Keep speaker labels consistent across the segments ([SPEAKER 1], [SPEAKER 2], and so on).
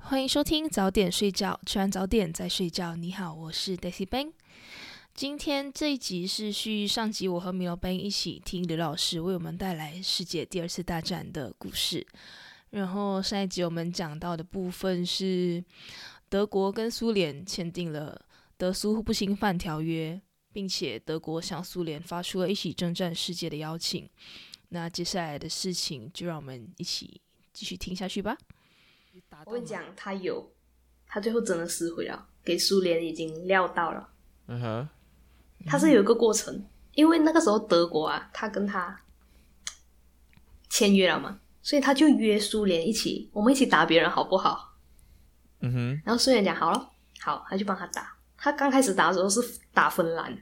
[SPEAKER 1] 欢迎收听早点睡觉，吃完早点再睡觉。你好，我是 Daisy Bang。今天这一集是续上集，我和米老 Bang 一起听刘老师为我们带来世界第二次大战的故事。然后上一集我们讲到的部分是德国跟苏联签订了德苏不侵犯条约，并且德国向苏联发出了一起征战世界的邀请。那接下来的事情就让我们一起继续听下去吧。
[SPEAKER 2] 我跟你讲，他有，他最后真的撕毁了，给苏联已经料到了。
[SPEAKER 3] 嗯哼，
[SPEAKER 2] 他是有一个过程，因为那个时候德国啊，他跟他签约了嘛，所以他就约苏联一起，我们一起打别人好不好？
[SPEAKER 3] 嗯哼，
[SPEAKER 2] 然后苏联讲好了，好，他就帮他打。他刚开始打的时候是打芬兰，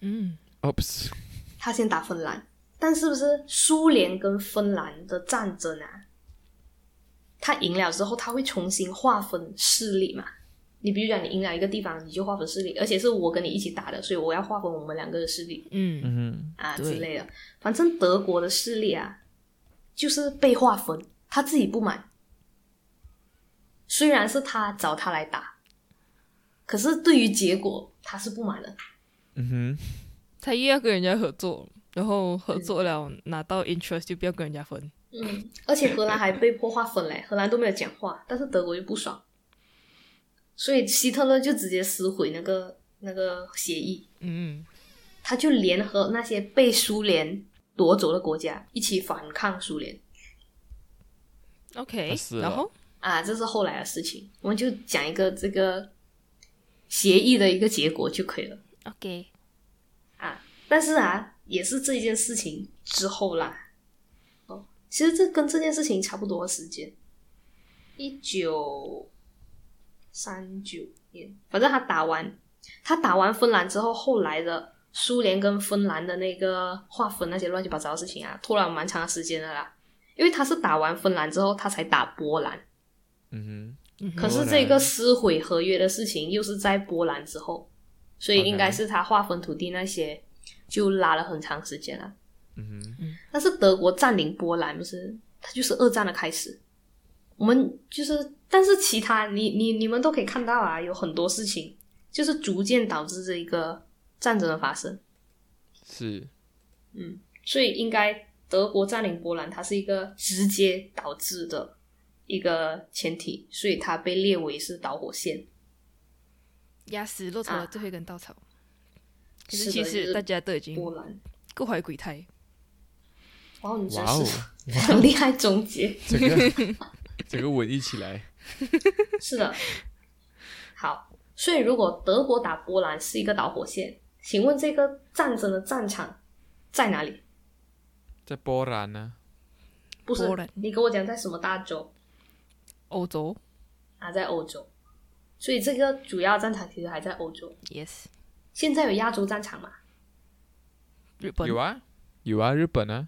[SPEAKER 1] 嗯，
[SPEAKER 3] Oops，
[SPEAKER 2] 他先打芬兰，但是不是苏联跟芬兰的战争啊？他赢了之后，他会重新划分势力嘛？你比如讲，你赢了一个地方，你就划分势力，而且是我跟你一起打的，所以我要划分我们两个的势力
[SPEAKER 1] 嗯，
[SPEAKER 3] 嗯
[SPEAKER 2] 啊
[SPEAKER 1] 对
[SPEAKER 2] 之类的。反正德国的势力啊，就是被划分，他自己不满。虽然是他找他来打，可是对于结果他是不满的。
[SPEAKER 3] 哼，嗯哼，
[SPEAKER 1] 他又要跟人家合作，然后合作了拿到 interest 就不要跟人家分。
[SPEAKER 2] 嗯，而且荷兰还被迫划分嘞，荷兰都没有讲话，但是德国就不爽，所以希特勒就直接撕毁那个那个协议，
[SPEAKER 1] 嗯，
[SPEAKER 2] 他就联合那些被苏联夺走的国家一起反抗苏联
[SPEAKER 1] OK，
[SPEAKER 3] 他死了
[SPEAKER 1] 然后
[SPEAKER 2] 啊，这是后来的事情，我们就讲一个这个协议的一个结果就可以了。
[SPEAKER 1] OK，
[SPEAKER 2] 啊，但是啊，也是这一件事情之后啦。哦，其实这跟这件事情差不多的时间，一九三九年，反正他打完，他打完芬兰之后，后来的苏联跟芬兰的那个划分那些乱七八糟的事情啊，拖了蛮长的时间的啦。因为他是打完芬兰之后，他才打波兰，
[SPEAKER 3] 嗯
[SPEAKER 1] 嗯哼
[SPEAKER 2] 可是这个撕毁合约的事情又是在波兰之后，所以应该是他划分土地那些就拉了很长时间了。
[SPEAKER 3] 哼，嗯
[SPEAKER 2] 但是德国占领波兰不是，它就是二战的开始。我们就是，但是其他你你你们都可以看到啊，有很多事情就是逐渐导致这一个战争的发生。
[SPEAKER 3] 哼，是，
[SPEAKER 2] 嗯，所以应该德国占领波兰，它是一个直接导致的一个前提，所以它被列为是导火线。
[SPEAKER 1] 压死骆驼的
[SPEAKER 2] 啊
[SPEAKER 1] 最后一根稻草。可
[SPEAKER 2] 是
[SPEAKER 1] 是
[SPEAKER 2] 的
[SPEAKER 1] 其
[SPEAKER 2] 就
[SPEAKER 1] 实
[SPEAKER 2] 是
[SPEAKER 1] 大家都已经
[SPEAKER 2] 波兰，
[SPEAKER 1] 各怀鬼胎。
[SPEAKER 2] 哇，你真
[SPEAKER 3] 哇
[SPEAKER 2] 是
[SPEAKER 3] 哦，
[SPEAKER 2] 很厉害，总结。
[SPEAKER 3] 整 个整个文艺起来，
[SPEAKER 2] 是的。好，所以如果德国打波兰是一个导火线，请问这个战争的战场在哪里？
[SPEAKER 3] 在波兰呢、
[SPEAKER 2] 不是
[SPEAKER 1] 波兰，
[SPEAKER 2] 你跟我讲在什么大洲
[SPEAKER 1] 欧洲
[SPEAKER 2] 啊？在欧洲。所以这个主要战场其实还在欧洲。
[SPEAKER 1] ，yes，
[SPEAKER 2] 现在有亚洲战场嘛？
[SPEAKER 1] 日本
[SPEAKER 3] 有啊，有啊，日本啊，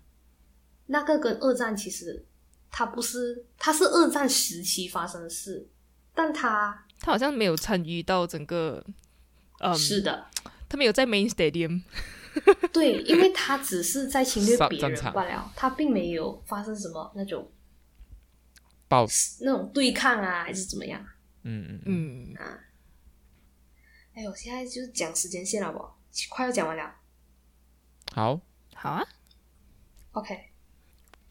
[SPEAKER 2] 那个跟二战其实它不是，它是二战时期发生的事，但它、
[SPEAKER 1] 他好像没有参与到整个，嗯，
[SPEAKER 2] 是的，
[SPEAKER 1] 他没有在 main stadium。
[SPEAKER 2] 对，因为它只是在侵略
[SPEAKER 3] 上
[SPEAKER 2] 别
[SPEAKER 3] 战
[SPEAKER 2] 人
[SPEAKER 3] 场
[SPEAKER 2] 罢了，它并没有发生什么那种
[SPEAKER 3] 爆，
[SPEAKER 2] 那种对抗啊，还是怎么样。
[SPEAKER 3] 嗯嗯嗯，
[SPEAKER 1] 嗯，
[SPEAKER 2] 哎呦，现在就是讲时间线了不？快要讲完了。
[SPEAKER 3] 好，
[SPEAKER 1] 好啊，
[SPEAKER 2] OK，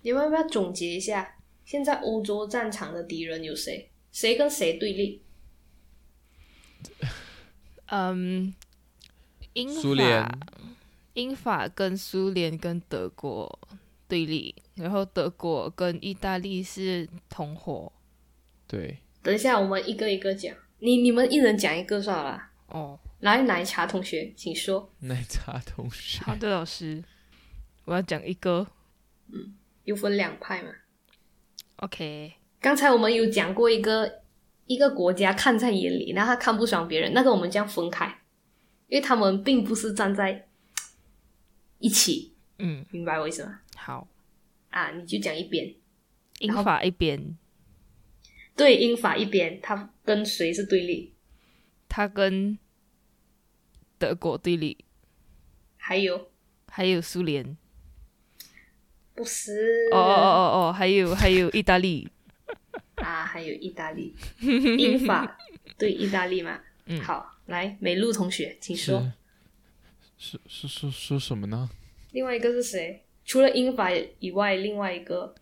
[SPEAKER 2] 你们要不要总结一下现在欧洲战场的敌人有谁？谁跟谁对立？
[SPEAKER 1] 嗯，英
[SPEAKER 3] 苏联
[SPEAKER 1] 法英法跟苏联跟德国对立，然后德国跟意大利是同伙。
[SPEAKER 3] 对，
[SPEAKER 2] 等一下，我们一个一个讲。你你们一人讲一个算了啦。
[SPEAKER 1] 哦，
[SPEAKER 2] 来，奶茶同学，请说，
[SPEAKER 4] 奶茶同学，
[SPEAKER 1] 好的，老师，我要讲一个。
[SPEAKER 2] 有分两派嘛？
[SPEAKER 1] OK，
[SPEAKER 2] 刚才我们有讲过一个一个国家看在眼里，那他看不爽别人，那个我们这样分开，因为他们并不是站在一起，
[SPEAKER 1] 嗯，
[SPEAKER 2] 明白我意思吗？
[SPEAKER 1] 好，
[SPEAKER 2] 啊，你就讲一边，
[SPEAKER 1] 英法一边，
[SPEAKER 2] 对英法一边，他跟谁是对立？
[SPEAKER 1] 他跟德国对立，
[SPEAKER 2] 还有
[SPEAKER 1] 还有苏联，
[SPEAKER 2] 不是
[SPEAKER 1] 哦哦哦哦，还有 还有意大利，
[SPEAKER 2] 啊，还有意大利，英法对意大利嘛？
[SPEAKER 1] 嗯
[SPEAKER 2] 好，来美露同学，请说。
[SPEAKER 4] 是是是说什么呢？
[SPEAKER 2] 另外一个是谁？除了英法以外，另外一个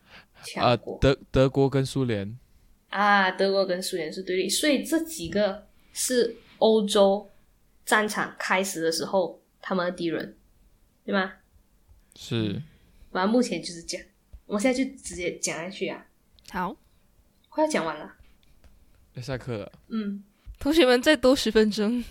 [SPEAKER 4] 啊、
[SPEAKER 1] 呃
[SPEAKER 2] 强国、
[SPEAKER 4] 德德国跟苏联，
[SPEAKER 2] 啊，德国跟苏联是对立，所以这几个是欧洲战场开始的时候他们的敌人，对吗？
[SPEAKER 4] 是
[SPEAKER 2] 反正目前就是这样。我们现在就直接讲下去啊，
[SPEAKER 1] 好，
[SPEAKER 2] 快要讲完了。
[SPEAKER 4] 要下课了，
[SPEAKER 2] 嗯，
[SPEAKER 1] 同学们再多十分钟，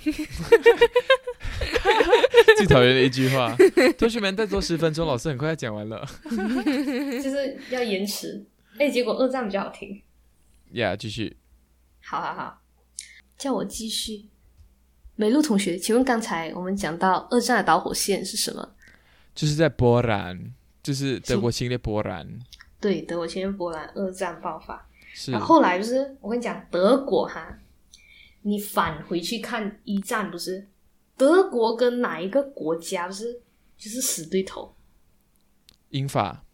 [SPEAKER 4] 最讨厌的一句话。 同学们再多十分钟，老师很快要讲完了。
[SPEAKER 2] 就是要延迟。 哎，结果二战比较好听。
[SPEAKER 4] 呀、继续。
[SPEAKER 2] 好好好，叫我继续。美露同学，请问刚才我们讲到二战的导火线是什么？
[SPEAKER 4] 就是在波兰，就是德国侵略波兰，
[SPEAKER 2] 对，德国侵略波兰，二战爆发。
[SPEAKER 4] 是
[SPEAKER 2] 然后后来就是我跟你讲，德国哈，你返回去看一战不是，德国跟哪一个国家不是就是死对头？
[SPEAKER 4] 英法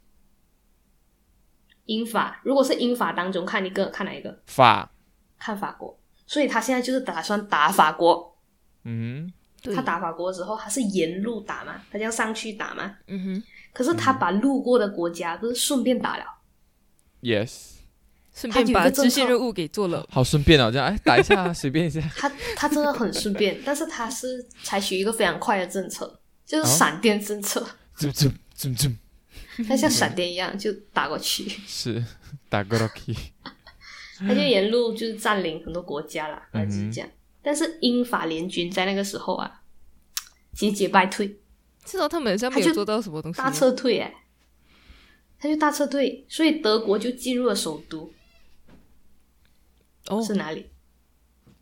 [SPEAKER 2] 英法，如果是英法当中看一个，看哪一个？
[SPEAKER 4] 法，
[SPEAKER 2] 看法国。所以他现在就是打算打法国，
[SPEAKER 4] 嗯
[SPEAKER 1] 对
[SPEAKER 2] 他，打法国之后，他是沿路打嘛，他这样上去打嘛。
[SPEAKER 1] 嗯哼，
[SPEAKER 2] 可是他把路过的国家不是顺便打了，
[SPEAKER 4] ，yes，
[SPEAKER 1] 顺
[SPEAKER 2] 他有
[SPEAKER 1] 便
[SPEAKER 2] 一
[SPEAKER 1] 把
[SPEAKER 2] 个政
[SPEAKER 1] 支线
[SPEAKER 2] 策
[SPEAKER 1] 任务给做了，
[SPEAKER 4] 好顺便哦，这样哎打一下， 随便一下，
[SPEAKER 2] 他 他真的很顺便，但是他是采取一个非常快的政策，就是
[SPEAKER 4] 哦
[SPEAKER 2] 闪电政策。
[SPEAKER 4] 怎么怎么怎么怎么，
[SPEAKER 2] 他像闪电一样就打过去，
[SPEAKER 4] 是打个 rocky，
[SPEAKER 2] 他就沿路就是占领很多国家啦，反正就是这样。但是英法联军在那个时候啊，节节败退，
[SPEAKER 1] 至少他们好像没
[SPEAKER 2] 他
[SPEAKER 1] 有
[SPEAKER 2] 就
[SPEAKER 1] 做到什么东西
[SPEAKER 2] 大
[SPEAKER 1] 呢，
[SPEAKER 2] 撤退哎、他就大撤退，所以德国就进入了首都、
[SPEAKER 1] 哦，
[SPEAKER 2] 是哪里？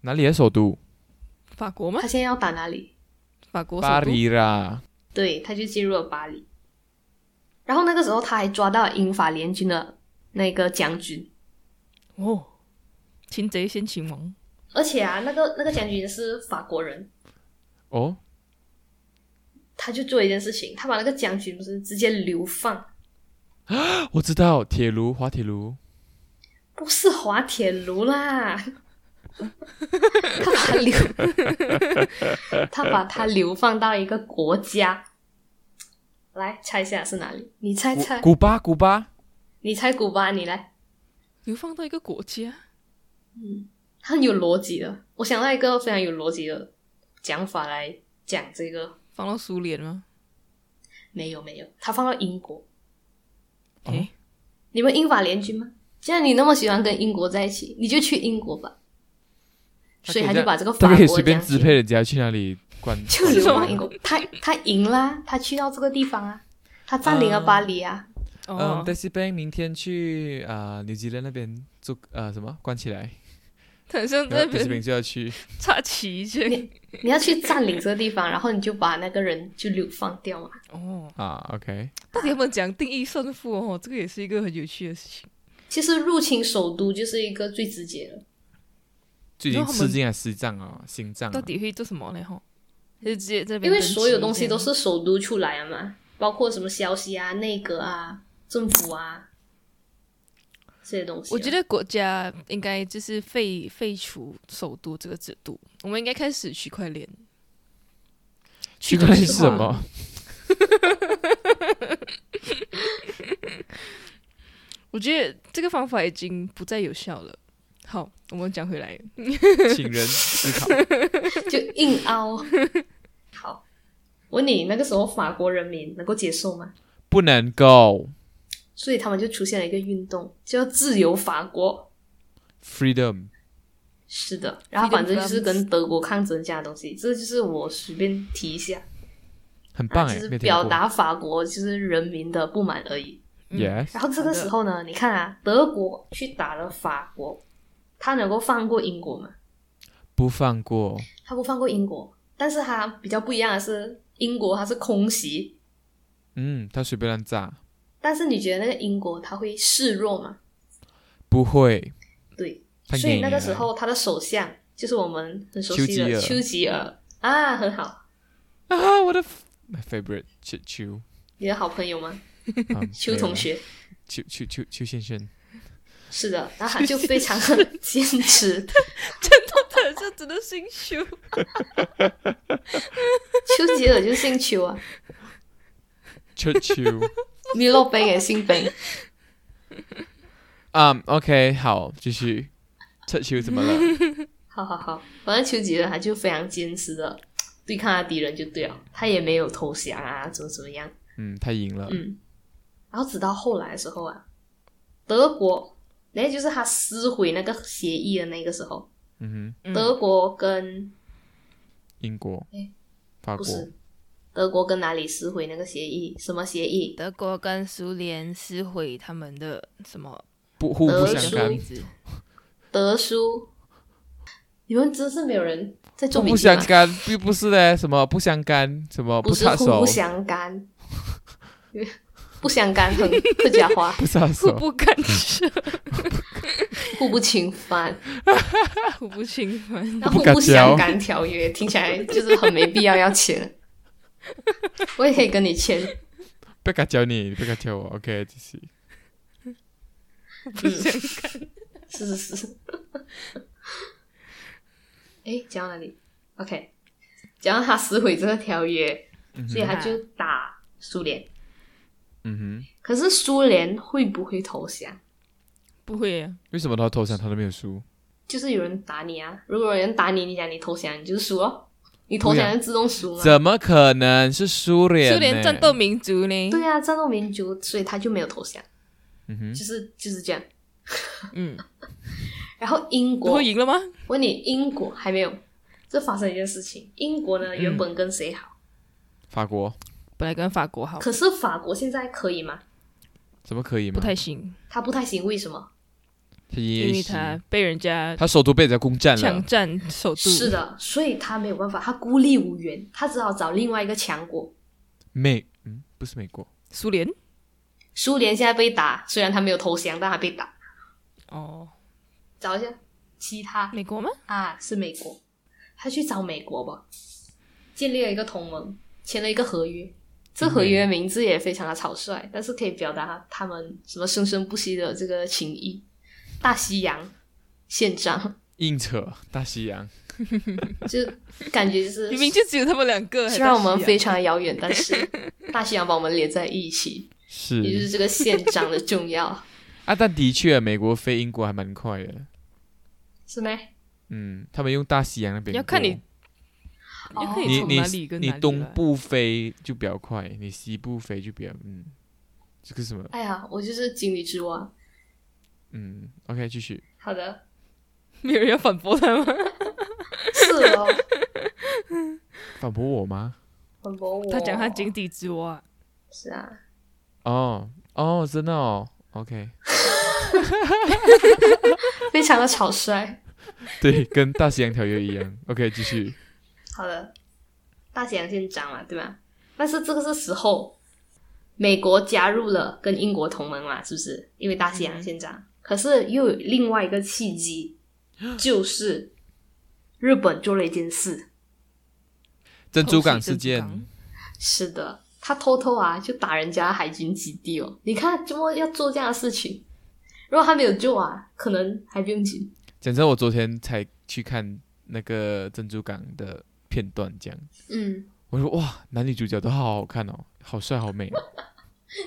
[SPEAKER 4] 哪里的首都？
[SPEAKER 1] 法国吗
[SPEAKER 2] 他？现在要打哪里？
[SPEAKER 1] 法国首
[SPEAKER 4] 巴
[SPEAKER 1] 都，
[SPEAKER 4] 黎啦，
[SPEAKER 2] 对，他就进入了巴黎。然后那个时候他还抓到英法联军的那个将军，
[SPEAKER 1] 哦，擒贼先擒王，
[SPEAKER 2] 而且啊，那个那个将军是法国人，
[SPEAKER 4] 哦，
[SPEAKER 2] 他就做一件事情，他把那个将军不是直接流放。
[SPEAKER 4] 我知道，铁炉滑铁卢，
[SPEAKER 2] 不是滑铁卢啦， 他把流，他把它流放到一个国家，来猜一下是哪里？你猜
[SPEAKER 4] 古
[SPEAKER 2] 猜，
[SPEAKER 4] 古巴古巴，
[SPEAKER 2] 你猜古巴，你来，
[SPEAKER 1] 流放到一个国家，
[SPEAKER 2] 很有逻辑的。我想到一个非常有逻辑的讲法来讲这个，
[SPEAKER 1] 放到苏联吗？
[SPEAKER 2] 没有没有，他放到英国。
[SPEAKER 4] 哦
[SPEAKER 1] 诶
[SPEAKER 2] 你们英法联军吗？既然你那么喜欢跟英国在一起，你就去英国吧。
[SPEAKER 4] 他
[SPEAKER 2] 所以
[SPEAKER 4] 可
[SPEAKER 2] 他
[SPEAKER 4] 这
[SPEAKER 2] 就
[SPEAKER 4] 样
[SPEAKER 2] 把这个
[SPEAKER 4] 他
[SPEAKER 2] 法
[SPEAKER 4] 可以
[SPEAKER 2] 国
[SPEAKER 4] 随便
[SPEAKER 2] 将
[SPEAKER 4] 支
[SPEAKER 2] 军
[SPEAKER 4] 配人家去哪里管，
[SPEAKER 2] 就流亡英国， 他他赢啦，他去到这个地方啊，他占领了巴黎啊，
[SPEAKER 4] 嗯
[SPEAKER 1] 哦，
[SPEAKER 4] ，Daisy Bank 明天去啊纽西兰那边做啊什么关起 来，
[SPEAKER 1] 他好像
[SPEAKER 4] 然
[SPEAKER 1] 在
[SPEAKER 4] 后
[SPEAKER 1] 那
[SPEAKER 4] Daisy
[SPEAKER 1] 边
[SPEAKER 4] Bank 就要去，
[SPEAKER 1] 插旗这样，
[SPEAKER 2] 你要去占领这个地方，然后你就把那个人就流放掉嘛。
[SPEAKER 1] 哦，
[SPEAKER 4] 啊，OK，
[SPEAKER 1] 到底有没有讲定义胜负哦？这个也是一个很有趣的事情。
[SPEAKER 2] 其实入侵首都就是一个最直接的，
[SPEAKER 4] 最近
[SPEAKER 1] 然后他
[SPEAKER 4] 吃
[SPEAKER 1] 们
[SPEAKER 4] 进了西藏啊，心脏啊
[SPEAKER 1] 到底会做什么呢？哈，就直接这边
[SPEAKER 2] 因为
[SPEAKER 1] 登记
[SPEAKER 2] 所有东西
[SPEAKER 1] 这
[SPEAKER 2] 都
[SPEAKER 1] 样
[SPEAKER 2] 是首都出来啊嘛，包括什么消息啊、内阁啊、政府啊这些东西啊。
[SPEAKER 1] 我觉得国家应该就是废废除首都这个制度，我们应该开始区块链。
[SPEAKER 4] 区块链
[SPEAKER 2] 去
[SPEAKER 4] 是
[SPEAKER 2] 中
[SPEAKER 4] 什
[SPEAKER 2] 心化
[SPEAKER 4] 么？
[SPEAKER 1] 我觉得这个方法已经不再有效了。好，我们讲回来，
[SPEAKER 4] 请人思考。
[SPEAKER 2] 就硬 凹。好，问你那个时候法国人民能够接受吗？
[SPEAKER 4] 不能够
[SPEAKER 2] 所以他们就出现了一个运动，叫自由法国。
[SPEAKER 4] freedom
[SPEAKER 2] 是的，然后反正就是跟德国抗争这样的东西，这就是我随便提一下，啊
[SPEAKER 4] 很棒哎、
[SPEAKER 2] 就是
[SPEAKER 4] 没有听
[SPEAKER 2] 表
[SPEAKER 4] 过
[SPEAKER 2] 达嗯法国就是人民的不满而已。
[SPEAKER 4] Yes，
[SPEAKER 2] 然后这个时候呢，你看啊，德国去打了法国，他能够放过英国吗？
[SPEAKER 4] 不放过，
[SPEAKER 2] 他不放过英国，但是他比较不一样的是，英国他是空袭，
[SPEAKER 4] 嗯，他随便乱炸，
[SPEAKER 2] 但是你觉得那个英国他会示弱吗？
[SPEAKER 4] 不会，
[SPEAKER 2] 对，
[SPEAKER 4] 他
[SPEAKER 2] 所以
[SPEAKER 4] 演
[SPEAKER 2] 那
[SPEAKER 4] 员
[SPEAKER 2] 个时候他的首相就是我们很熟悉的
[SPEAKER 4] 丘
[SPEAKER 2] 丘吉尔啊，很好，
[SPEAKER 4] 啊，我的 my favorite 丘 丘，
[SPEAKER 2] 你的好朋友吗？
[SPEAKER 4] 嗯
[SPEAKER 2] 丘同，学。
[SPEAKER 4] 没有啦丘丘丘丘先生，
[SPEAKER 2] 是的，然后他就非常的坚持。
[SPEAKER 1] 对，这真的姓邱，
[SPEAKER 2] 丘吉尔就姓丘啊，
[SPEAKER 4] 丘丘，
[SPEAKER 2] 你老贝也姓贝。
[SPEAKER 4] 嗯，OK，好，继续，丘丘怎么了？
[SPEAKER 2] 好好好，反正丘吉尔他就非常坚持的对抗他敌人就对了，他也没有投降啊，怎么怎么样。
[SPEAKER 4] 嗯，他赢了，
[SPEAKER 2] 嗯，然后直到后来的时候啊，德国，那就是他撕毁那个协议的那个时候，
[SPEAKER 4] 嗯哼，
[SPEAKER 2] 德国跟
[SPEAKER 4] 英国
[SPEAKER 2] 诶，
[SPEAKER 4] 法
[SPEAKER 2] 不
[SPEAKER 4] 国，
[SPEAKER 2] 是德国跟哪里撕毁那个协议？什么协议？
[SPEAKER 1] 德国跟苏联撕毁他们的什么
[SPEAKER 4] 不互不
[SPEAKER 2] 德
[SPEAKER 4] 相
[SPEAKER 2] 属
[SPEAKER 4] 干
[SPEAKER 1] 位，置
[SPEAKER 2] 德苏。你们真是没有人在做
[SPEAKER 4] 互
[SPEAKER 2] 笔
[SPEAKER 4] 不
[SPEAKER 2] 记吗
[SPEAKER 4] 相干，并不是嘞，什么不相干，什么
[SPEAKER 2] 不是
[SPEAKER 4] 哦插
[SPEAKER 2] 互
[SPEAKER 4] 手
[SPEAKER 2] 不，相干， 不相干很 客家话，
[SPEAKER 4] 不插
[SPEAKER 1] 互
[SPEAKER 4] 手，
[SPEAKER 1] 不干涉，
[SPEAKER 2] 互不 侵犯，
[SPEAKER 1] 互不侵犯。
[SPEAKER 2] 那
[SPEAKER 4] 互
[SPEAKER 2] 互
[SPEAKER 4] 不干
[SPEAKER 2] 不相干条约听起来就是很没必要 要签。我也可以跟你签，
[SPEAKER 4] 不敢教你，不敢教我，OK，继续，
[SPEAKER 1] 不相
[SPEAKER 2] 是是是。 哎，讲到哪里？OK，讲到他撕毁这个条约，
[SPEAKER 4] 嗯
[SPEAKER 2] 所以
[SPEAKER 4] 哼，
[SPEAKER 2] 他就打苏联。
[SPEAKER 4] 嗯
[SPEAKER 2] 可是苏联会不会投降？
[SPEAKER 1] 不会啊，
[SPEAKER 4] 哼，为什么他投降他都没有输？
[SPEAKER 2] 就是有人打你啊！如果有人打你，你讲你投降，你就是输哦。你投
[SPEAKER 4] 对啊
[SPEAKER 2] 降就自动输嘛。
[SPEAKER 4] 怎么可能是苏联？
[SPEAKER 1] 苏联战斗，民族呢？
[SPEAKER 2] 对啊，战斗民族，所以他就没有投降，
[SPEAKER 4] 嗯哼，
[SPEAKER 2] 就是就是这样。
[SPEAKER 1] 嗯，
[SPEAKER 2] 然后英
[SPEAKER 1] 不
[SPEAKER 2] 国
[SPEAKER 1] 会，赢了吗？
[SPEAKER 2] 问你英国还没有，这发生一件事情，英国
[SPEAKER 1] 嗯
[SPEAKER 2] 呢原本跟谁好，
[SPEAKER 4] 法国
[SPEAKER 1] 本来跟法国好，
[SPEAKER 2] 可是法国现在可以吗？
[SPEAKER 4] 怎么可以
[SPEAKER 1] 不
[SPEAKER 4] 嘛？
[SPEAKER 1] 太行，
[SPEAKER 2] 他不太行，为什么？
[SPEAKER 4] 他因
[SPEAKER 1] 因为他被人家
[SPEAKER 4] 他首都被人家攻占
[SPEAKER 1] 抢
[SPEAKER 4] 了，
[SPEAKER 1] 占首都。
[SPEAKER 2] 是的，所以他没有办法，他孤立无援，他只好找另外一个强国。
[SPEAKER 4] 美嗯不是美国，
[SPEAKER 1] 苏联
[SPEAKER 2] 苏联现在被打，虽然他没有投降，但他被打。
[SPEAKER 1] 哦，
[SPEAKER 2] 找一下其他
[SPEAKER 1] 美国吗？
[SPEAKER 2] 啊，是美国，他去找美国吧，建立了一个同盟，签了一个合约。这合约
[SPEAKER 1] 嗯
[SPEAKER 2] 名字也非常的草率，但是可以表达他们什么生生不息的这个情谊。大西洋宪章，
[SPEAKER 4] 硬扯大西洋，
[SPEAKER 2] 就感觉就是
[SPEAKER 1] 明明就只有他们两个，
[SPEAKER 2] 虽然我
[SPEAKER 1] 还
[SPEAKER 2] 们
[SPEAKER 1] 大西洋
[SPEAKER 2] 非常的遥远，但是大西洋把我们连在一起，
[SPEAKER 1] 嗯
[SPEAKER 2] 也就是
[SPEAKER 4] 是
[SPEAKER 2] 这个宪章的重要，
[SPEAKER 4] 啊，但的确美国飞英国还蛮快的，
[SPEAKER 2] 是没？
[SPEAKER 4] 嗯，他们用大西洋那边过，
[SPEAKER 1] 要看你
[SPEAKER 2] 哦
[SPEAKER 1] 也可以
[SPEAKER 4] 你
[SPEAKER 1] 从
[SPEAKER 4] 你
[SPEAKER 1] 哪里跟
[SPEAKER 4] 你
[SPEAKER 1] 哪里
[SPEAKER 4] 东
[SPEAKER 1] 来
[SPEAKER 4] 部飞就比较快，你西部飞就比较嗯，这个什么
[SPEAKER 2] 哎呀，我就是井底之蛙。
[SPEAKER 4] 嗯，OK 继续，
[SPEAKER 2] 好的，
[SPEAKER 1] 没有人要反驳他 吗？
[SPEAKER 2] 是哦，
[SPEAKER 4] 反驳我吗？
[SPEAKER 2] 反驳我。
[SPEAKER 1] 他讲他井底之蛙，
[SPEAKER 2] 哦是啊，
[SPEAKER 4] 哦哦，真的哦，OK，
[SPEAKER 2] 非常的草率。
[SPEAKER 4] 对，跟大西洋条约一样，OK 继续，
[SPEAKER 2] 好的，大西洋先涨嘛，对吧？但是这个是时候，美国加入了跟英国同盟嘛，是不是？因为大西洋先涨，可是又有另外一个契机，就是日本做了一件事。
[SPEAKER 4] 珍珠港
[SPEAKER 1] 偷袭
[SPEAKER 4] 事
[SPEAKER 1] 珍珠
[SPEAKER 4] 件。
[SPEAKER 1] 港
[SPEAKER 2] 是的，他偷偷啊就打人家海军基地哦。你看，怎么要做这样的事情？如果他没有做啊，可能还不用紧。
[SPEAKER 4] 讲真，我昨天才去看那个珍珠港的片段，这样
[SPEAKER 2] 嗯，
[SPEAKER 4] 我说哇，男女主角都好好看哦，好帅好美、哦。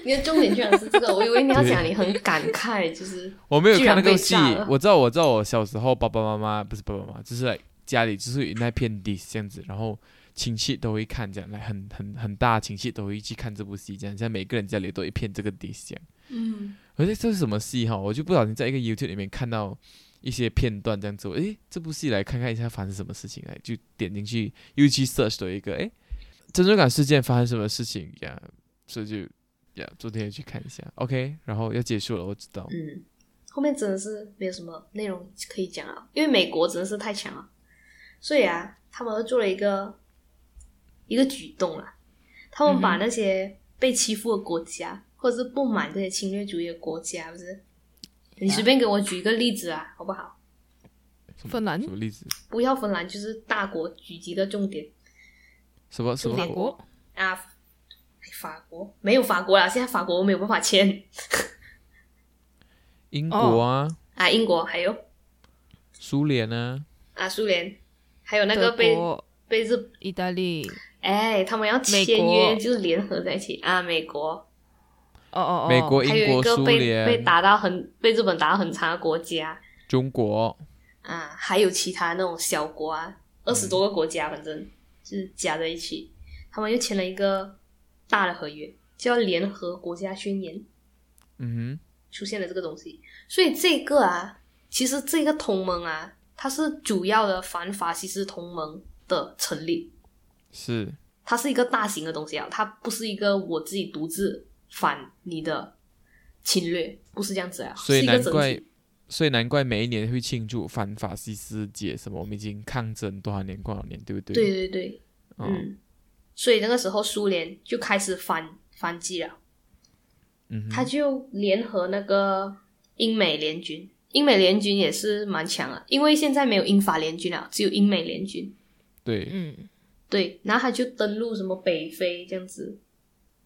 [SPEAKER 2] 你的重点居然是这个，我以为你要讲你很感慨，就是
[SPEAKER 4] 我没有看那个
[SPEAKER 2] 居
[SPEAKER 4] 戏
[SPEAKER 2] 然被炸了，
[SPEAKER 4] 我知道我知道我小时候爸爸妈妈不是爸爸妈妈，就是来家里就是有那片地这样子，然后亲戚都会看这样，来很很很大的亲戚都会去看这部戏，这样像每个人家里都有一片这个地这样。
[SPEAKER 2] 嗯
[SPEAKER 4] 而且这是什么戏哈？我就不小心在一个 YouTube 里面看到一些片段这样子，我诶，这部戏来看看一下发生什么事情来，就点进去又去 search 的一个诶，珍珠港事件发生什么事情呀？所以就呀，昨天也去看一下，OK，然后要结束了，我知道，
[SPEAKER 2] 嗯，后面真的是没有什么内容可以讲啊了，因为美国真的是太强了，所以啊，他们做了一个一个举动啊，他们把那些被欺负的国家，或者是不满这些侵略主义的国家，不是？你随便给我举一个例子啊，好不好？
[SPEAKER 4] 什么
[SPEAKER 1] 芬兰
[SPEAKER 4] 什么例子？
[SPEAKER 2] 不要芬兰，就是大国举几个重点
[SPEAKER 4] 什么什么
[SPEAKER 2] 法
[SPEAKER 1] 法
[SPEAKER 4] 国？
[SPEAKER 1] 国，
[SPEAKER 2] 啊。法国没有法国啦，现在法国我没有办法签
[SPEAKER 4] 英国啊，
[SPEAKER 2] 啊。英国还有
[SPEAKER 4] 苏联啊，
[SPEAKER 2] 啊，苏联，还有那个
[SPEAKER 1] 德
[SPEAKER 2] 被
[SPEAKER 1] 国、
[SPEAKER 2] 被日
[SPEAKER 1] 意大利，
[SPEAKER 2] 哎，他们要签
[SPEAKER 1] 美
[SPEAKER 2] 约
[SPEAKER 1] 国
[SPEAKER 2] 就是联合在一起啊。美国
[SPEAKER 1] 哦哦哦，
[SPEAKER 4] 美国、
[SPEAKER 2] 还
[SPEAKER 4] 英
[SPEAKER 2] 有一
[SPEAKER 4] 国、
[SPEAKER 2] 个
[SPEAKER 4] 苏
[SPEAKER 2] 被被
[SPEAKER 4] 联、
[SPEAKER 2] 打到很被日本打到很惨的国家
[SPEAKER 4] 中国，
[SPEAKER 2] 啊，还有其他那种小国啊，二十多个国家，反正就是加在一起，他们又签了一个大的合约，叫《联合国家宣言》。
[SPEAKER 4] 嗯
[SPEAKER 2] 出现了这个东西。所以这个啊，其实这个同盟啊，它是主要的反法西斯同盟的成立，
[SPEAKER 4] 哼，是
[SPEAKER 2] 它是一个大型的东西啊，它不是一个我自己独自反你的侵略，不是这样子啊，
[SPEAKER 4] 所以
[SPEAKER 2] 是一个
[SPEAKER 4] 难
[SPEAKER 2] 整
[SPEAKER 4] 怪
[SPEAKER 2] 体。
[SPEAKER 4] 所以难怪每一年会庆祝反法西斯节什么，我们已经抗争多少年多少年，对不对？
[SPEAKER 2] 对，对对，
[SPEAKER 4] 嗯
[SPEAKER 2] 嗯，所以那个时候苏联就开始反反击了，
[SPEAKER 4] 嗯
[SPEAKER 2] 他
[SPEAKER 4] 哼，
[SPEAKER 2] 就联合那个英美联军。英美联军也是蛮强啊，因为现在没有英法联军了，只有英美联军。
[SPEAKER 4] 对，
[SPEAKER 1] 嗯，
[SPEAKER 2] 对，然后他就登陆什么北非这样子。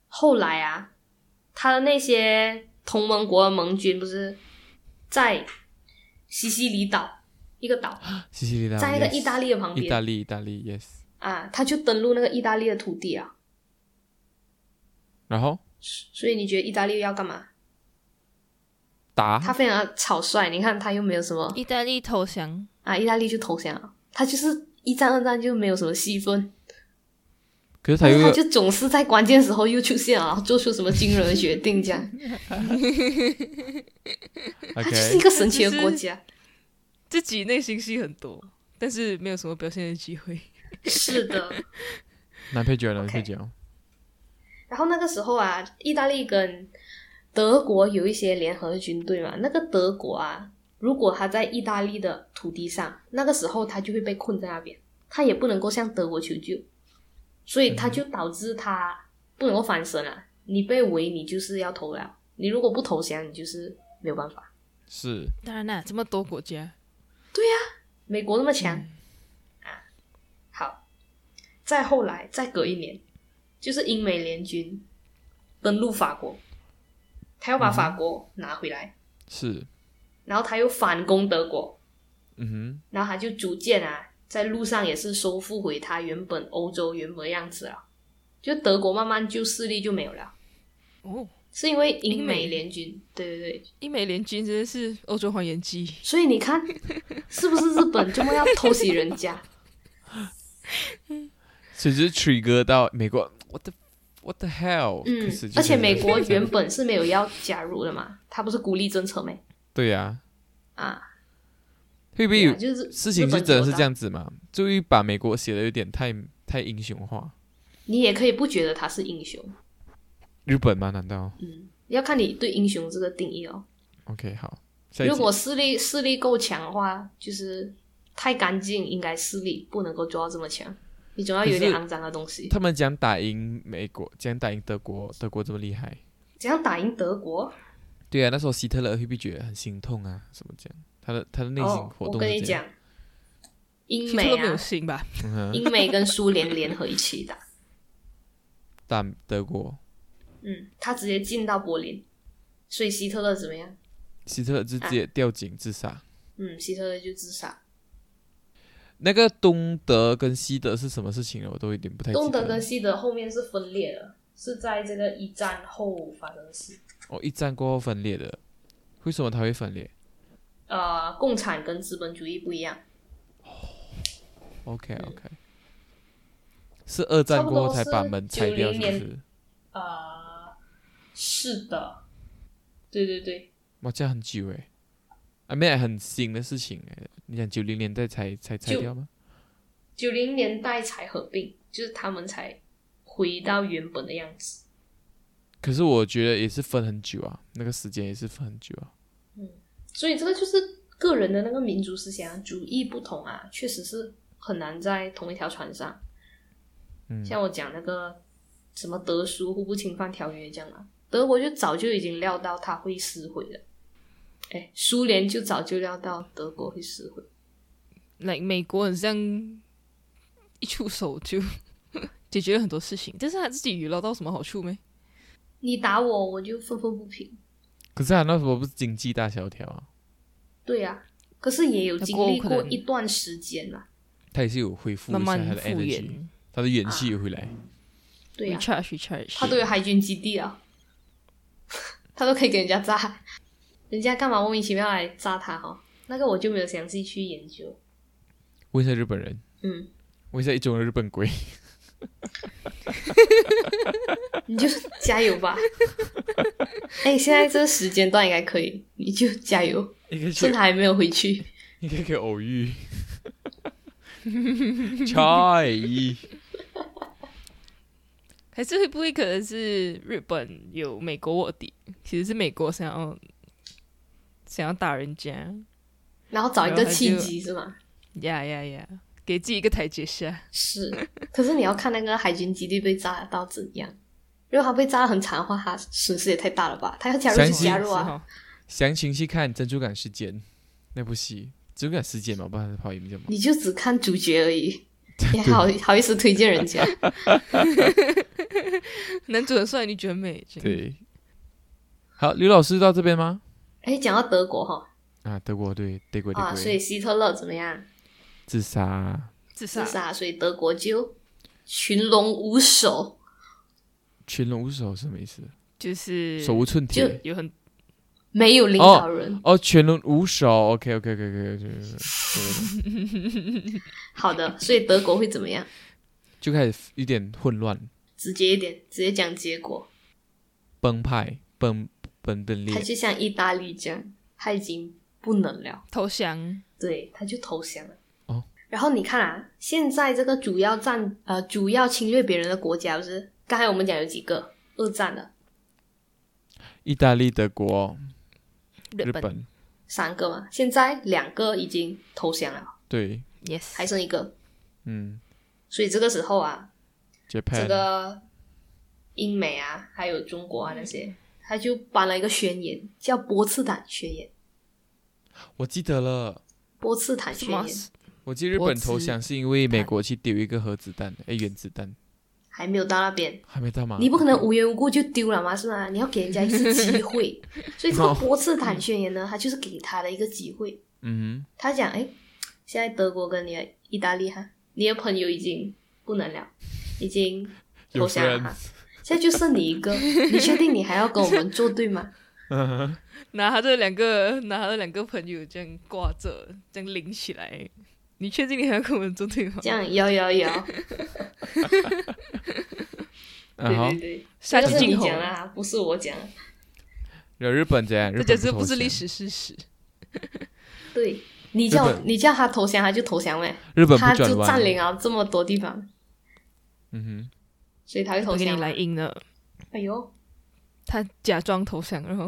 [SPEAKER 2] 后来啊，他的那些同盟国的盟军不是在西西里岛一个岛，
[SPEAKER 4] 西西里岛，
[SPEAKER 2] 在那个
[SPEAKER 4] 啊 yes
[SPEAKER 2] 意大利的旁
[SPEAKER 4] 意大
[SPEAKER 2] 边
[SPEAKER 4] 利，意大利，yes。
[SPEAKER 2] 啊，他就登陆那个意大利的土地啊。
[SPEAKER 4] 然后
[SPEAKER 2] 所以你觉得意大利要干嘛？
[SPEAKER 4] 打
[SPEAKER 2] 他非常的草率，你看他又没有什么
[SPEAKER 1] 意大利投降，
[SPEAKER 2] 啊，意大利就投降了，他就是一战二战就没有什么戏份，
[SPEAKER 4] 可是他
[SPEAKER 2] 但
[SPEAKER 4] 又
[SPEAKER 2] 是他
[SPEAKER 4] 要
[SPEAKER 2] 就总是在关键时候又出现了，做出什么惊人的决定，这样，他就是 一
[SPEAKER 4] OK，
[SPEAKER 2] 个神奇
[SPEAKER 1] 就
[SPEAKER 2] 的
[SPEAKER 1] 是
[SPEAKER 2] 国家。
[SPEAKER 1] 自己内心戏很多，但是没有什么表现的机会。
[SPEAKER 2] 是的。
[SPEAKER 4] 男配角，男
[SPEAKER 2] OK
[SPEAKER 4] 配角，
[SPEAKER 2] 然后那个时候啊，意大利跟德国有一些联合军队嘛。那个德国啊，如果他在意大利的土地上，那个时候他就会被困在那边，他也不能够向德国求救，所以他就导致他不能够翻身啊。你被围，你就是要投了；你如果不投降，你就是没有办法。
[SPEAKER 4] 是
[SPEAKER 1] 当然啦，这么多国家，
[SPEAKER 2] 美国那么强、啊，好，再后来再隔一年，就是英美联军登陆法国，他要把法国拿回来，
[SPEAKER 4] 是，
[SPEAKER 2] 然后他又反攻德国，
[SPEAKER 4] 嗯
[SPEAKER 2] 然后他就逐渐啊，在路上也是收复回他原本欧洲原本的样子了，就德国慢慢就势力就没有了，
[SPEAKER 1] 哦，
[SPEAKER 2] 是因为英
[SPEAKER 1] 英
[SPEAKER 2] 美
[SPEAKER 1] 美
[SPEAKER 2] 联军，对 对对，
[SPEAKER 1] 英美联军真的是欧洲还原机，
[SPEAKER 2] 所以你看是不是日本这么要偷袭人家？
[SPEAKER 4] 哼，所以就是 trigger 到美国，what the what the hell，
[SPEAKER 2] 嗯
[SPEAKER 4] 开始，就
[SPEAKER 2] 而且
[SPEAKER 4] 是
[SPEAKER 2] 美国原
[SPEAKER 4] 这样
[SPEAKER 2] 本是没有要加入的嘛，他不是孤立政策没
[SPEAKER 4] 对呀，
[SPEAKER 2] 啊？
[SPEAKER 4] 会不会
[SPEAKER 2] 对啊
[SPEAKER 4] 有
[SPEAKER 2] 就是
[SPEAKER 4] 事情
[SPEAKER 2] 日
[SPEAKER 4] 就
[SPEAKER 2] 本
[SPEAKER 4] 真的
[SPEAKER 2] 国
[SPEAKER 4] 是
[SPEAKER 2] 大
[SPEAKER 4] 这样子嘛？就会把美国写的有点太太英雄化，
[SPEAKER 2] 你也可以不觉得他是英雄，
[SPEAKER 4] 日本吗？难道
[SPEAKER 2] 嗯，要看你对英雄这个定义哦。
[SPEAKER 4] OK 好？下一
[SPEAKER 2] 如
[SPEAKER 4] 集
[SPEAKER 2] 果势力势力够强的话，就是太干净，应该势力不能够做到这么强，你总要有点
[SPEAKER 4] 可是
[SPEAKER 2] 肮脏的东西。
[SPEAKER 4] 他们讲打赢美国，讲打赢德国，德国这么厉害，
[SPEAKER 2] 怎样打赢德国？
[SPEAKER 4] 对啊，那时候希特勒会不会觉得很心痛啊？什么讲？他的他的内心
[SPEAKER 2] 哦，
[SPEAKER 4] 活动、
[SPEAKER 2] 我跟你，讲，英
[SPEAKER 1] 这
[SPEAKER 2] 美
[SPEAKER 1] 个没有
[SPEAKER 2] 啊，
[SPEAKER 1] 心吧？
[SPEAKER 4] 嗯哼
[SPEAKER 2] 英美跟苏联联合一起打，
[SPEAKER 4] 打德国，
[SPEAKER 2] 嗯，他直接进到柏林，所以希特勒怎么样？
[SPEAKER 4] 希特勒就直接
[SPEAKER 2] 哎
[SPEAKER 4] 吊颈自杀。
[SPEAKER 2] 嗯，希特勒就自杀。
[SPEAKER 4] 那个东德跟西德是什么事情了？我都有点不太记得
[SPEAKER 2] 东德跟西德后面是分裂了，是在这个一战后发生的事。
[SPEAKER 4] 哦，一战过后分裂的，为什么它会分裂
[SPEAKER 2] 呃，共产跟资本主义不一样，
[SPEAKER 4] ？OK OK，、是二战过后才把门拆掉，是不
[SPEAKER 2] 差不多是90
[SPEAKER 4] 是？
[SPEAKER 2] 呃，是的，对对对，
[SPEAKER 4] 哇，这样很久诶。啊，没有很新的事情欸。你讲九零年代才才拆
[SPEAKER 2] 就
[SPEAKER 4] 掉吗？
[SPEAKER 2] 九零年代才合并，就是他们才回到原本的样子。
[SPEAKER 4] 可是我觉得也是分很久啊，那个时间也是分很久啊。
[SPEAKER 2] 所以这个就是个人的那个民族思想主义不同啊，确实是很难在同一条船上。
[SPEAKER 4] 嗯
[SPEAKER 2] 像我讲那个什么德苏互不侵犯条约这样啊，德国就早就已经料到他会撕毁了，哎，苏联就早就料到德国会撕毁。
[SPEAKER 1] like 美国很像一出手就 解决了很多事情，但是他自己有捞到什么好处没？
[SPEAKER 2] 你打我，我就愤愤不平。
[SPEAKER 4] 可是啊，那时候不是经济大萧条啊，
[SPEAKER 2] 对呀、可是也有
[SPEAKER 1] 那
[SPEAKER 2] 经
[SPEAKER 1] 过
[SPEAKER 2] 历
[SPEAKER 1] 后可
[SPEAKER 2] 过
[SPEAKER 1] 能
[SPEAKER 2] 一段时间啊啦。
[SPEAKER 4] 它也是有恢复
[SPEAKER 1] 慢
[SPEAKER 4] 一下它的
[SPEAKER 1] 慢复
[SPEAKER 4] energy，
[SPEAKER 1] 原
[SPEAKER 4] 它的元气也回来。
[SPEAKER 2] 对啊呀、
[SPEAKER 1] ，recharge recharge，
[SPEAKER 2] 他都有海军基地啊， 他都可以给人家炸，人家干嘛莫名其妙来炸他哈、那个我就没有详细去研究。
[SPEAKER 4] 问一下日本人，
[SPEAKER 2] 嗯，
[SPEAKER 4] 问一下一中的日本鬼，
[SPEAKER 2] 你就加油吧。哎、现在这个时间段应该可以，你就加油。
[SPEAKER 4] 应该
[SPEAKER 2] 趁
[SPEAKER 4] 去
[SPEAKER 2] 他还没有回去，
[SPEAKER 4] 应该可以偶遇。 差异，
[SPEAKER 1] 还是会不会可能是日本有美国卧底，其实是美国想要想要打人家，
[SPEAKER 2] 然后找一
[SPEAKER 1] 然后
[SPEAKER 2] 个
[SPEAKER 1] 他就
[SPEAKER 2] 契机是吗？
[SPEAKER 1] 呀呀呀，给自己一个台阶下。
[SPEAKER 2] 是，可是你要看那个海军基地被炸到怎样。如果他被炸得很惨的话，他损失也太大了吧？他要加入
[SPEAKER 4] 详
[SPEAKER 2] 就
[SPEAKER 4] 细
[SPEAKER 2] 加入啊！
[SPEAKER 1] 哈，
[SPEAKER 4] 详情去看《珍珠港事件》那部戏，《珍珠港事件》嘛，不然跑影叫嘛。
[SPEAKER 2] 你就只看主角而已，你还好好意思推荐 人家？
[SPEAKER 1] 男主很帅，女主很美。真的，
[SPEAKER 4] 对，好，刘老师到这边吗？
[SPEAKER 2] 哎，讲到德国哈、
[SPEAKER 4] 啊，德国对，德国德
[SPEAKER 2] 啊，
[SPEAKER 4] 国、
[SPEAKER 2] 所以希特勒怎么样
[SPEAKER 4] 自杀，
[SPEAKER 1] 自杀
[SPEAKER 2] 自，杀，所以德国就群龙无首，
[SPEAKER 4] 群龙无首是什么意思？
[SPEAKER 1] 就是
[SPEAKER 4] 手无寸铁。
[SPEAKER 1] 有很
[SPEAKER 2] 没有领导人。
[SPEAKER 4] 哦，群龙无首，OK OK OK OK，就
[SPEAKER 2] 好的，所以德国会怎么样？
[SPEAKER 4] 就开始有点混乱，
[SPEAKER 2] 直接一点，直接讲结果。
[SPEAKER 4] 崩派，崩崩崩裂
[SPEAKER 2] 他，就像意大利这样，他已经不能了，
[SPEAKER 1] 投降，
[SPEAKER 2] 对，他就投降了。
[SPEAKER 4] 哦。
[SPEAKER 2] 然后你看啊，现在这个主要战呃主要侵略别人的国家不是？刚才我们讲有几个二战的
[SPEAKER 4] 意大利、德国、
[SPEAKER 1] 日
[SPEAKER 4] 日本，
[SPEAKER 2] 三个嘛，现在两个已经投降了，
[SPEAKER 4] 对，
[SPEAKER 1] ，yes，
[SPEAKER 2] 还剩一个。
[SPEAKER 4] 嗯
[SPEAKER 2] 所以这个时候啊，这
[SPEAKER 4] ，Japan，
[SPEAKER 2] 个英美啊，还有中国啊那些，他就颁了一个宣言，叫波茨坦宣言。
[SPEAKER 4] 我记得了，
[SPEAKER 2] 波茨坦
[SPEAKER 1] 什
[SPEAKER 2] 宣
[SPEAKER 1] 么
[SPEAKER 2] 言
[SPEAKER 4] 我记得日
[SPEAKER 1] 我
[SPEAKER 4] 本
[SPEAKER 1] 知
[SPEAKER 4] 投降是因为美国去丢一个核子弹，哎，原子弹
[SPEAKER 2] 还没有到那边，
[SPEAKER 4] 还没到吗？
[SPEAKER 2] 你不可能无缘无故就丢了嘛，是吗？你要给人家一次机 会。所以这个
[SPEAKER 4] 哦
[SPEAKER 2] 波茨坦宣言呢，他就是给他的一个机会。
[SPEAKER 4] 嗯
[SPEAKER 2] 他讲，哎，现在德国跟你的意大利哈，你的朋友已经不能了，已经
[SPEAKER 4] 有
[SPEAKER 2] 投降了
[SPEAKER 4] friends
[SPEAKER 2] 哈。现在就剩 你一个，你确定你还要跟我们作对吗？
[SPEAKER 1] 拿他的两个拿他的两个朋友这样挂着，这样拎起来。你确定你还要跟我们做对吗
[SPEAKER 2] 这？样摇摇
[SPEAKER 4] 啊
[SPEAKER 2] 摇，
[SPEAKER 4] 哼，
[SPEAKER 2] 对
[SPEAKER 1] 嗯
[SPEAKER 4] 啊好
[SPEAKER 2] 对，对。
[SPEAKER 1] 杀
[SPEAKER 2] 这
[SPEAKER 1] 鸡
[SPEAKER 2] 是你
[SPEAKER 1] 儆猴，
[SPEAKER 2] 讲啊啦，不是我讲。
[SPEAKER 4] 然后日本怎样？
[SPEAKER 1] 这
[SPEAKER 4] 日
[SPEAKER 1] 简
[SPEAKER 4] 本
[SPEAKER 1] 直不
[SPEAKER 4] 投
[SPEAKER 1] 是历
[SPEAKER 4] 降
[SPEAKER 1] 史事实。
[SPEAKER 2] 对，你
[SPEAKER 4] 日
[SPEAKER 2] 叫
[SPEAKER 4] 本
[SPEAKER 2] 你叫他投降，他就投降呗。
[SPEAKER 4] 日本
[SPEAKER 2] 他
[SPEAKER 4] 不
[SPEAKER 2] 就
[SPEAKER 4] 转
[SPEAKER 2] 占
[SPEAKER 4] 弯
[SPEAKER 2] 领，了这么多地方，
[SPEAKER 4] 嗯哼，
[SPEAKER 2] 所以他会
[SPEAKER 1] 我
[SPEAKER 2] 投
[SPEAKER 1] 给你
[SPEAKER 2] 降。
[SPEAKER 1] 来硬了，
[SPEAKER 2] 哎呦，
[SPEAKER 1] 他假装投降，然后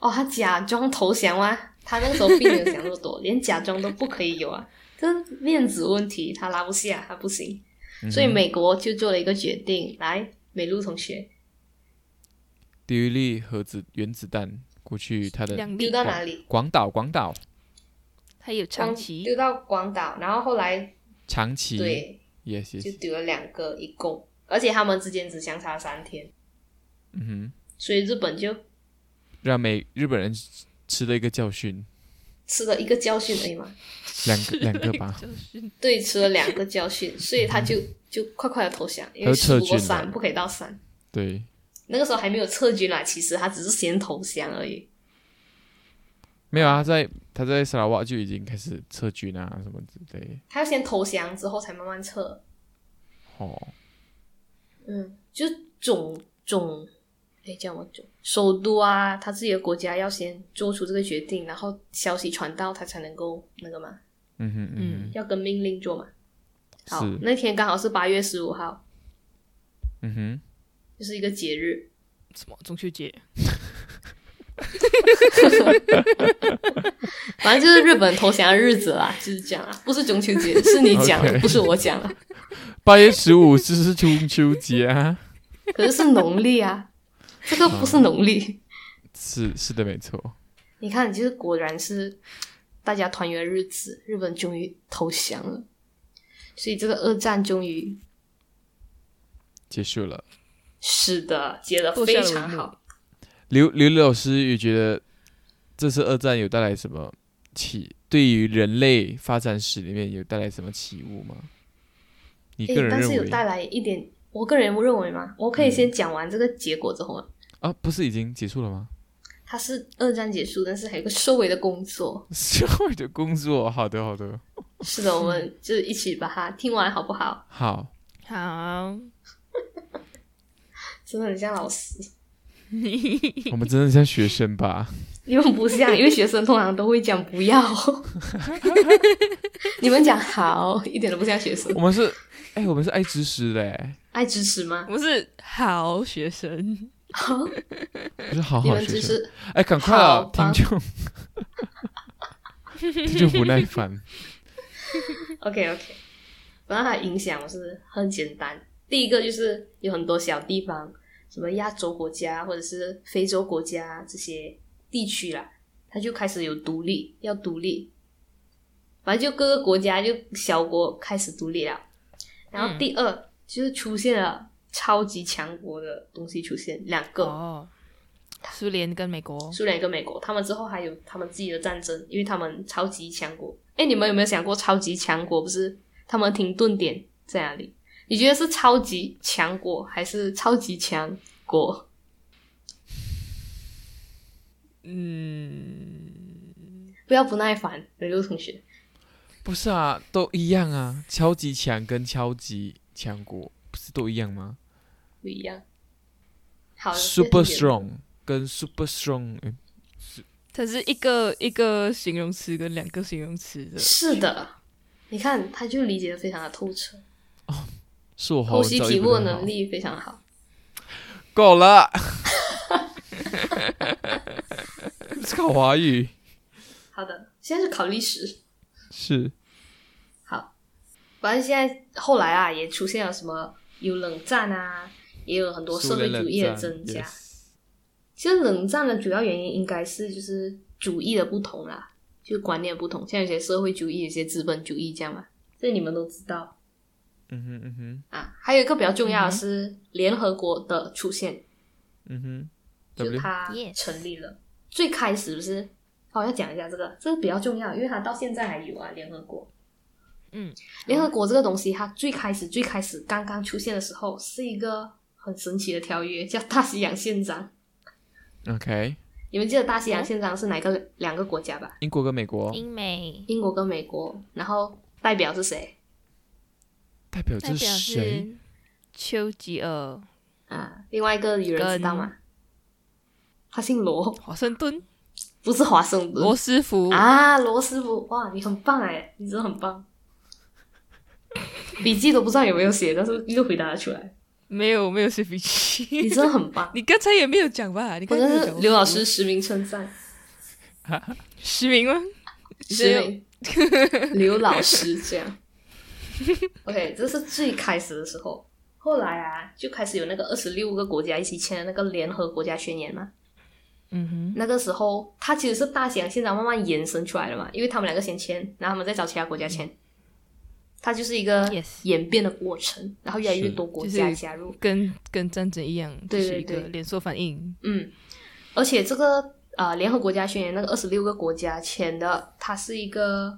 [SPEAKER 2] 哦，他假装投降哇、他那个时候并没有想那么多，连假装都不可以有啊， 这面子问题他拉不下，他不行。
[SPEAKER 4] 嗯
[SPEAKER 2] 所以
[SPEAKER 4] 哼
[SPEAKER 2] 美国就做了一个决定，来，美露同学
[SPEAKER 4] 丢一粒核子原子弹过去，它的
[SPEAKER 1] 两
[SPEAKER 2] 丢
[SPEAKER 1] 粒，
[SPEAKER 2] 到哪里？
[SPEAKER 4] 广岛，广岛
[SPEAKER 1] 他有
[SPEAKER 2] 广
[SPEAKER 1] 长期
[SPEAKER 2] 丢到广岛，然后后来
[SPEAKER 4] 长崎，
[SPEAKER 2] 对，
[SPEAKER 4] ，yes
[SPEAKER 2] 就
[SPEAKER 4] yes，
[SPEAKER 2] 丢了两个，一共，而且他们之间只相差三天，
[SPEAKER 4] 嗯哼，
[SPEAKER 2] 所以日本就
[SPEAKER 4] 让美日本人吃吃了一个教训，
[SPEAKER 2] 吃了一个教训而已嘛。
[SPEAKER 4] 两个两个吧，
[SPEAKER 1] 就是
[SPEAKER 2] 对，吃了两个教训，所以他就
[SPEAKER 4] 嗯
[SPEAKER 2] 就快快的投降，因为
[SPEAKER 4] 要
[SPEAKER 2] 十
[SPEAKER 4] 撤
[SPEAKER 2] 五
[SPEAKER 4] 军啊
[SPEAKER 2] 过
[SPEAKER 4] 了
[SPEAKER 2] 三不可以到三。
[SPEAKER 4] 对，
[SPEAKER 2] 那个时候还没有撤军啦，其实他只是先投降而已。
[SPEAKER 4] 没有啊，他在他在沙拉瓦就已经开始撤军啊什么之类的，
[SPEAKER 2] 他要先投降之后才慢慢撤。
[SPEAKER 4] 哦，
[SPEAKER 2] 嗯，就总总，哎，叫我总首都啊，他自己的国家要先做出这个决定，然后消息传到，他才能够那个嘛，
[SPEAKER 4] 嗯哼嗯
[SPEAKER 2] 要跟命令做嘛。好
[SPEAKER 4] 哼，，是，
[SPEAKER 2] 那天刚好是八月十五号，
[SPEAKER 4] 嗯哼，
[SPEAKER 2] 就是一个节日，
[SPEAKER 1] 什么中秋节？
[SPEAKER 2] 反正就是日本投降的日子啦，就是这样啊，不是中秋节，是你讲的
[SPEAKER 4] OK
[SPEAKER 2] 不是我讲的，
[SPEAKER 4] 八月十五就是中秋节啊，
[SPEAKER 2] 可是是农历啊，这个不是农历。
[SPEAKER 4] 是是的，没错。
[SPEAKER 2] 你看，就是果然是大家团圆日子，日本终于投降了，所以这个二战终于
[SPEAKER 4] 结束了。
[SPEAKER 2] 是的结得
[SPEAKER 1] 落
[SPEAKER 2] 非
[SPEAKER 1] 下了
[SPEAKER 2] 常
[SPEAKER 1] 帷幕
[SPEAKER 2] 好。
[SPEAKER 4] 刘刘老师也觉得这次二战有带来什么启？对于人类发展史里面有带来什么启悟吗？你
[SPEAKER 2] 诶，
[SPEAKER 4] 个人
[SPEAKER 2] 但
[SPEAKER 4] 认
[SPEAKER 2] 是有
[SPEAKER 4] 为嗯
[SPEAKER 2] 带来一点，我个人认为嘛，我可以先讲完这个结果之后嘛，
[SPEAKER 4] 啊？不是已经结束了吗？
[SPEAKER 2] 它是二战结束，但是还有一个收尾的工作。
[SPEAKER 4] 社会的工作，好的好的，
[SPEAKER 2] 是的，我们就一起把它听完好不好？
[SPEAKER 4] 好，
[SPEAKER 1] 好，
[SPEAKER 2] 真的很像老师，
[SPEAKER 4] 我们真的像学生吧？
[SPEAKER 2] 你们不像，因为学生通常都会讲不要， 你们讲好，一点都不像学生
[SPEAKER 4] 我。们是，哎、我们是爱知识的、欸，
[SPEAKER 2] 爱支持吗？
[SPEAKER 1] 我是好学生，
[SPEAKER 4] 不是好
[SPEAKER 2] 你
[SPEAKER 4] 好
[SPEAKER 2] 们
[SPEAKER 4] 学
[SPEAKER 2] 只
[SPEAKER 4] 生。
[SPEAKER 2] 是
[SPEAKER 4] 哎、赶快啊
[SPEAKER 2] 好，
[SPEAKER 4] 听
[SPEAKER 2] 吧
[SPEAKER 4] 众，听众不耐烦。
[SPEAKER 2] OK OK，然后它的影响我是很简单，第一个就是有很多小地方，什么亚洲国家或者是非洲国家这些地区啦，它就开始有独立，要独立，反正就各个国家就小国开始独立了。然后第二、就是出现了超级强国的东西出现两个，
[SPEAKER 1] 哦，苏联跟美国，
[SPEAKER 2] 苏联跟美国，他们之后还有他们自己的战争，因为他们超级强国。哎，你们有没有想过，超级强国不是他们停顿点在哪里？你觉得是超级强国还是超级强国？
[SPEAKER 1] 嗯，
[SPEAKER 2] 不要不耐烦，雷露同学。
[SPEAKER 4] 不是啊，都一样啊，超级强跟超级强国不是都一样吗
[SPEAKER 2] 不一样。好
[SPEAKER 4] ？Super
[SPEAKER 2] 谢谢
[SPEAKER 4] strong 跟 Super strong，诶嗯
[SPEAKER 1] 它是一个一个形容词跟两个形容词的，
[SPEAKER 2] 是的，你看他就理解的非常的透彻，
[SPEAKER 4] 是我好
[SPEAKER 2] 剖析题目的能力非常好。
[SPEAKER 4] 够了。 是考华语
[SPEAKER 2] 好的，现在是考历史。
[SPEAKER 4] 是
[SPEAKER 2] 好，反正现在后来啊，也出现了什么有冷战啊，也有很多社会主义的增加。其实冷战的主要原因应该是就是主义的不同啦，就是观念的不同，像有些社会主义，有些资本主义这样嘛，这你们都知道
[SPEAKER 4] 嗯哼嗯哼
[SPEAKER 2] 啊。还有一个比较重要的是联合国的出现，
[SPEAKER 4] 嗯哼
[SPEAKER 2] 就
[SPEAKER 4] W
[SPEAKER 2] 它
[SPEAKER 1] Yes
[SPEAKER 2] 成立了。最开始不是，哦，要讲一下这个，这个比较重要，因为它到现在还有啊，联合国。
[SPEAKER 1] 嗯，
[SPEAKER 2] 联合国这个东西，它最开始最开始刚刚出现的时候，是一个很神奇的条约，叫《大西洋宪章》。
[SPEAKER 4] OK
[SPEAKER 2] 你们记得《大西洋宪章》是哪个两个国家吧？
[SPEAKER 4] 英国跟美国
[SPEAKER 1] 英美
[SPEAKER 2] 英国跟美国，然后代表是谁
[SPEAKER 4] 代表
[SPEAKER 1] 代
[SPEAKER 4] 这
[SPEAKER 1] 表
[SPEAKER 4] 是谁？
[SPEAKER 1] 是丘吉尔、
[SPEAKER 2] 啊？另外一个有人知道吗？他姓罗，
[SPEAKER 1] 华盛顿、
[SPEAKER 2] 不是华盛顿
[SPEAKER 1] 罗斯福，
[SPEAKER 2] 啊，罗斯福。哇，你很棒哎，你真的很棒。 笔记都不知道有没有写，但是又回答得出来，
[SPEAKER 1] 没有没有谁比
[SPEAKER 2] 你
[SPEAKER 1] 起，，
[SPEAKER 2] 真的很棒
[SPEAKER 1] 你刚才也没有讲吧？你
[SPEAKER 2] 我
[SPEAKER 1] 刚才没
[SPEAKER 2] 真
[SPEAKER 1] 有
[SPEAKER 2] 是
[SPEAKER 1] 讲
[SPEAKER 2] 刘老师实名称赞。
[SPEAKER 1] 实名吗？
[SPEAKER 2] 十名 刘老师这 样。OK，这是最开始的时候。后来啊，就开始有那个二十六个国家一起签的那个联合国家宣言嘛。
[SPEAKER 1] 嗯哼。
[SPEAKER 2] 那个时候，它其实是大西洋宪章慢慢延伸出来的嘛，因为他们两个先签，然后他们再找其他国家签，它就是一个
[SPEAKER 1] Yes
[SPEAKER 2] 演变的过程，然后越来越多国
[SPEAKER 1] 就
[SPEAKER 2] 家
[SPEAKER 1] 是
[SPEAKER 2] 加入。
[SPEAKER 1] 跟跟战争一样，
[SPEAKER 2] 对
[SPEAKER 1] 就是一
[SPEAKER 2] 对
[SPEAKER 1] 个
[SPEAKER 2] 对
[SPEAKER 1] 连锁反应。
[SPEAKER 2] 嗯，而且这个呃联合国家宣言那个二十六个国家签的，它是一个，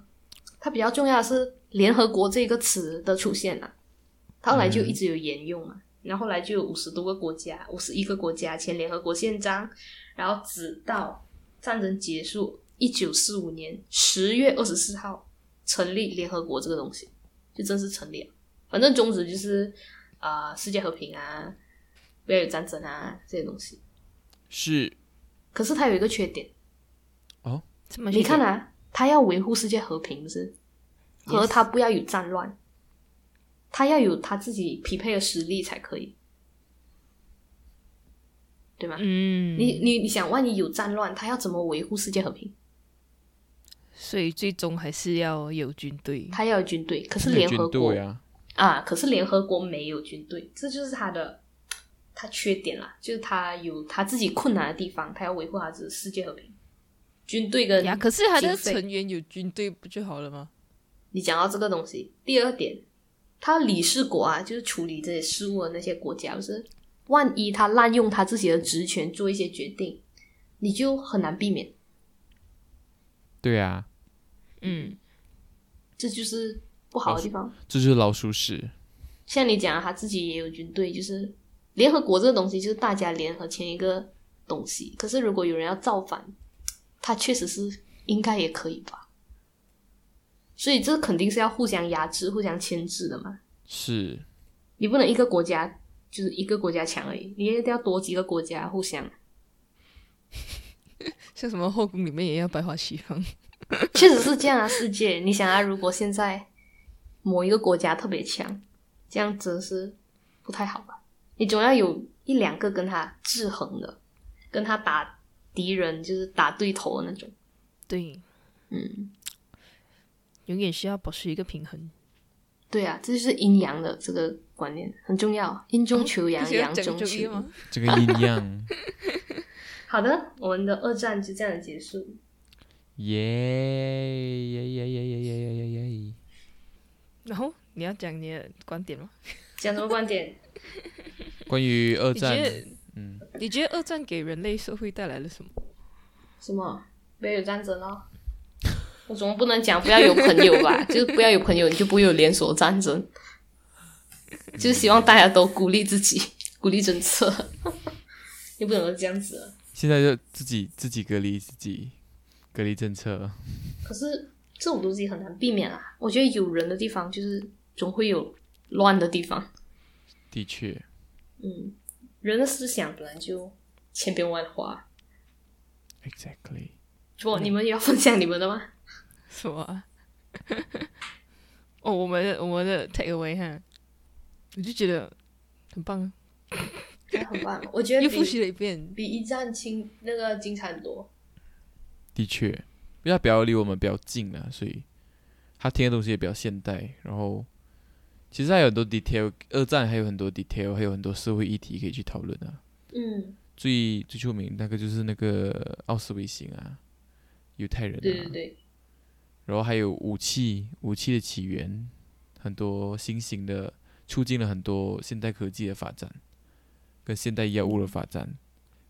[SPEAKER 2] 它比较重要的是联合国这个词的出现啊，它后来就一直有沿用嘛，然后后来就有五十多个国家，五十一个国家签联合国宪章，然后直到战争结束，一九四五年十月二十四号成立联合国这个东西，就正式成立了。反正宗旨就是啊、呃世界和平啊，不要有战争啊这些东西。
[SPEAKER 4] 是
[SPEAKER 2] 可是它有一个缺点，
[SPEAKER 1] 怎么去
[SPEAKER 2] 你看啊，它要维护世界和平不是，和
[SPEAKER 1] Yes
[SPEAKER 2] 它不要有战乱，它要有它自己匹配的实力才可以，对吗？
[SPEAKER 1] 嗯，
[SPEAKER 2] 你你你想，万一有战乱，它要怎么维护世界和平？
[SPEAKER 1] 所以最终还是要有军队。
[SPEAKER 2] 它要有军
[SPEAKER 1] 嗯
[SPEAKER 2] 队，可是
[SPEAKER 4] 没有
[SPEAKER 2] 联合
[SPEAKER 4] 军
[SPEAKER 2] 国
[SPEAKER 4] 队啊，
[SPEAKER 2] 啊，可是联合国没有军队，这就是他的他缺点啦，就是他有他自己困难的地方，他要维护他的世界和平。军队跟
[SPEAKER 1] 呀，可是他的
[SPEAKER 2] 经费
[SPEAKER 1] 成员有军队不就好了吗？
[SPEAKER 2] 你讲到这个东西，第二点，他理事国啊，就是处理这些事务的那些国家，就是万一他滥用他自己的职权做一些决定，你就很难避免。
[SPEAKER 4] 对啊，
[SPEAKER 1] 嗯，
[SPEAKER 2] 这就是不好的地方。
[SPEAKER 4] 这就是老鼠屎。
[SPEAKER 2] 像你讲啊，他自己也有军队，就是联合国这个东西，就是大家联合签一个东西。可是如果有人要造反，他确实是应该也可以吧。所以这肯定是要互相压制、互相牵制的嘛。
[SPEAKER 4] 是，
[SPEAKER 2] 你不能一个国家就是一个国家强而已，你一定要多几个国家互相。
[SPEAKER 1] 像什么后宫里面也要百花齐放。
[SPEAKER 2] 确实是这样啊，世界。你想啊，如果现在某一个国家特别强，这样真是不太好吧？你总要有一两个跟他制衡的，跟他打敌人，就是打对头的那种。
[SPEAKER 1] 对，
[SPEAKER 2] 嗯，
[SPEAKER 1] 永远需要保持一个平衡。
[SPEAKER 2] 对啊，这就是阴阳的这个观念很重 要，啊阴中求阳，
[SPEAKER 1] 不是要
[SPEAKER 2] 阳
[SPEAKER 1] 讲
[SPEAKER 2] 中
[SPEAKER 1] 究
[SPEAKER 2] 求
[SPEAKER 1] 一
[SPEAKER 2] 阴。
[SPEAKER 1] 吗？
[SPEAKER 4] 这个阴 阳，
[SPEAKER 2] 好的，我们的二战就这样结束。
[SPEAKER 4] 耶耶耶耶耶耶耶耶耶！
[SPEAKER 1] 然后你要讲你的观点吗？
[SPEAKER 2] 讲什么观点？
[SPEAKER 4] 关于二
[SPEAKER 1] 你觉
[SPEAKER 4] 战，
[SPEAKER 1] 得
[SPEAKER 4] 嗯，
[SPEAKER 1] 你觉得二战给人类社会带来了什么？
[SPEAKER 2] 什么？不要有战争哦。我总不能讲不要有朋友 吧？就是不要有朋友，你就不会有连锁战争。就是希望大家都鼓励自己， 鼓励政策。你不能够这样子啊了。
[SPEAKER 4] 现在就自己自己隔离自己，隔离政策。
[SPEAKER 2] 可是这种东西很难避免啊。我觉得有人的地方，就是总会有乱的地方。
[SPEAKER 4] 的确，
[SPEAKER 2] 嗯，人的思想本来就千变万化。嗯
[SPEAKER 4] Exactly。
[SPEAKER 2] 不，你们也要分享你们的吗？
[SPEAKER 1] 什么、啊？ 哦，我们的我们的 take away 哈，我就觉得很棒啊，
[SPEAKER 2] 很棒，我觉
[SPEAKER 1] 又复习了 一遍。
[SPEAKER 2] 比一战清那个精彩很多。
[SPEAKER 4] 的确，因为他比较离我们比较近啊，所以他听的东西也比较现代。然后，其实还有很多 detail，二战还有很多 detail，还有很多社会议题可以去讨论啊。
[SPEAKER 2] 嗯，
[SPEAKER 4] 最最出名那个就是那个奥斯维辛啊，犹太人、啊，
[SPEAKER 2] 对对对。
[SPEAKER 4] 然后还有武器，武器的起源，很多新型的，促进了很多现代科技的发展，跟现代药物的发展，